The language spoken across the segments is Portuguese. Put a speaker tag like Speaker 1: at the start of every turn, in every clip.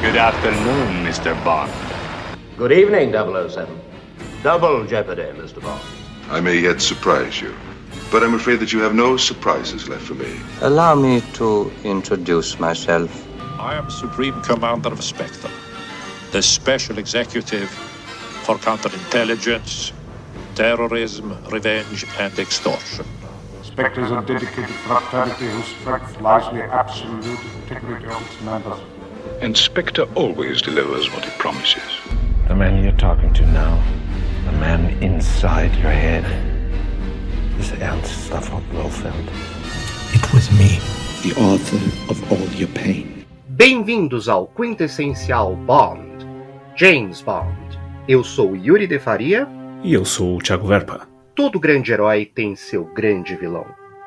Speaker 1: Good afternoon, Mr. Bond.
Speaker 2: Good evening, 007. Double jeopardy, Mr. Bond.
Speaker 3: I may yet surprise you, but I'm afraid that you have no surprises left for me.
Speaker 4: Allow me to introduce myself.
Speaker 5: I am Supreme Commander of Spectre, the Special Executive for Counterintelligence, Terrorism, Revenge, and Extortion.
Speaker 6: Spectre is a dedicated fraternity whose strength lies in the absolute integrity of its members.
Speaker 7: And Spectre always delivers what it promises.
Speaker 8: The man you're talking to now, the man inside your head, is Ernst Stafford Wilfeld.
Speaker 9: It was me,
Speaker 10: the author of all your pain.
Speaker 2: Bem-vindos ao Quintessencial Bond, James Bond. Eu sou Yuri de Faria.
Speaker 11: E eu sou o Thiago Verpa.
Speaker 2: Todo grande herói tem seu grande vilão.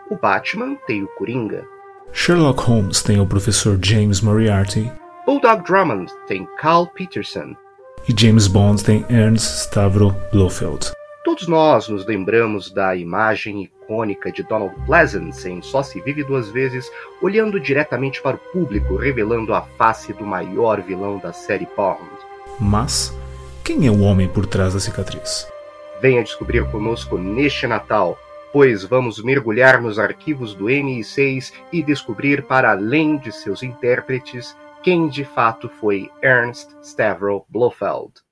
Speaker 2: O Batman tem o Coringa.
Speaker 11: Sherlock Holmes tem o professor James Moriarty.
Speaker 2: Bulldog Drummond tem Carl Peterson.
Speaker 11: E James Bond tem Ernst Stavro Blofeld.
Speaker 2: Todos nós nos lembramos da imagem icônica de Donald Pleasance em Só Se Vive Duas Vezes, olhando diretamente para o público, revelando a face do maior vilão da série Bond.
Speaker 11: Mas quem é o homem por trás da cicatriz?
Speaker 2: Venha descobrir conosco neste Natal, pois vamos mergulhar nos arquivos do MI6 e descobrir, para além de seus intérpretes, quem de fato foi Ernst Stavro Blofeld.